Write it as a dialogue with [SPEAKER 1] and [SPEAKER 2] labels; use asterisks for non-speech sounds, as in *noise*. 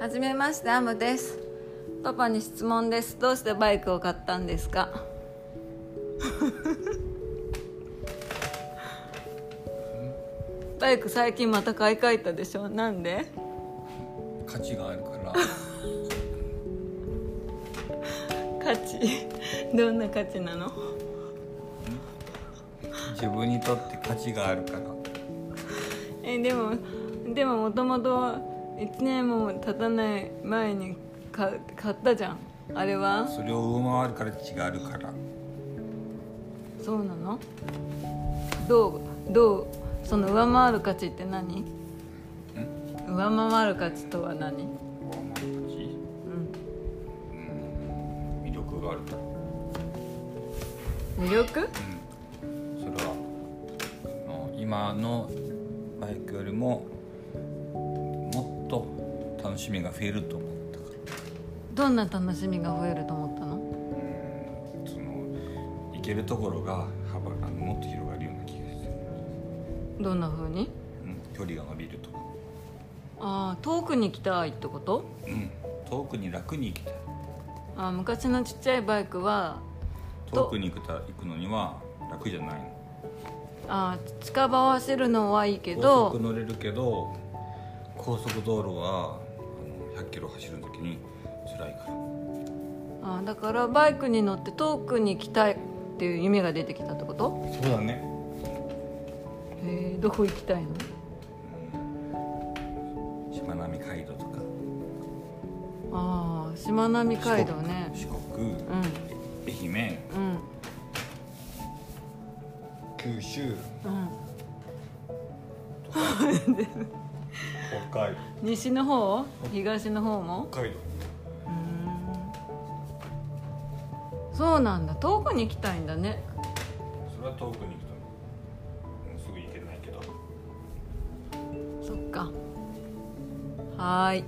[SPEAKER 1] はじめましてアムですパパに質問ですどうしてバイクを買ったんですか *laughs* バイク最近また買い替えたでしょなんで
[SPEAKER 2] 価値があるから *laughs*
[SPEAKER 1] 価値 *laughs* どんな価値なの
[SPEAKER 2] 自分にとって価値があるから
[SPEAKER 1] えでもでももともと1年も経たない前にか買ったじゃんあれは
[SPEAKER 2] それを上回るから値があるから
[SPEAKER 1] そうなのどうどうその上回る価値って何上回る価値とは何
[SPEAKER 2] 上回る価値うん魅力があるから
[SPEAKER 1] 魅力
[SPEAKER 2] うんそれはあの今のバイクよりももっと楽しみが増えると思ったか
[SPEAKER 1] どんな楽しみが増えると思ったの
[SPEAKER 2] らその行けるところが幅あのもっと広がるような気がしてる、
[SPEAKER 1] どんな風に
[SPEAKER 2] うん、距離が伸びるとか
[SPEAKER 1] ああ遠くに行きたいってこと
[SPEAKER 2] うん遠くに楽に行きたい
[SPEAKER 1] あー昔のちっちゃいバイクは
[SPEAKER 2] 遠くに行くた行くのには楽じゃないの
[SPEAKER 1] あー近場を走るのはいいけ
[SPEAKER 2] 高速
[SPEAKER 1] ど
[SPEAKER 2] 乗れるけど高速道路はあの100キロ走る時に辛いから
[SPEAKER 1] あーだからバイクに乗って遠くに行きたいっていう夢が出てきたってこと
[SPEAKER 2] そうだね
[SPEAKER 1] へえどこ行きたいの
[SPEAKER 2] しまなみ海道とか
[SPEAKER 1] ああしまなみ海道ね
[SPEAKER 2] 四国
[SPEAKER 1] うん
[SPEAKER 2] 四国愛
[SPEAKER 1] う
[SPEAKER 2] 媛
[SPEAKER 1] ん
[SPEAKER 2] 九州
[SPEAKER 1] うん
[SPEAKER 2] 北海
[SPEAKER 1] 西の方東の方も
[SPEAKER 2] 北海道
[SPEAKER 1] うーんそうなんだ遠くに行きたいんだね
[SPEAKER 2] それは遠くに行くともうすぐ行けないけど
[SPEAKER 1] そっかはーい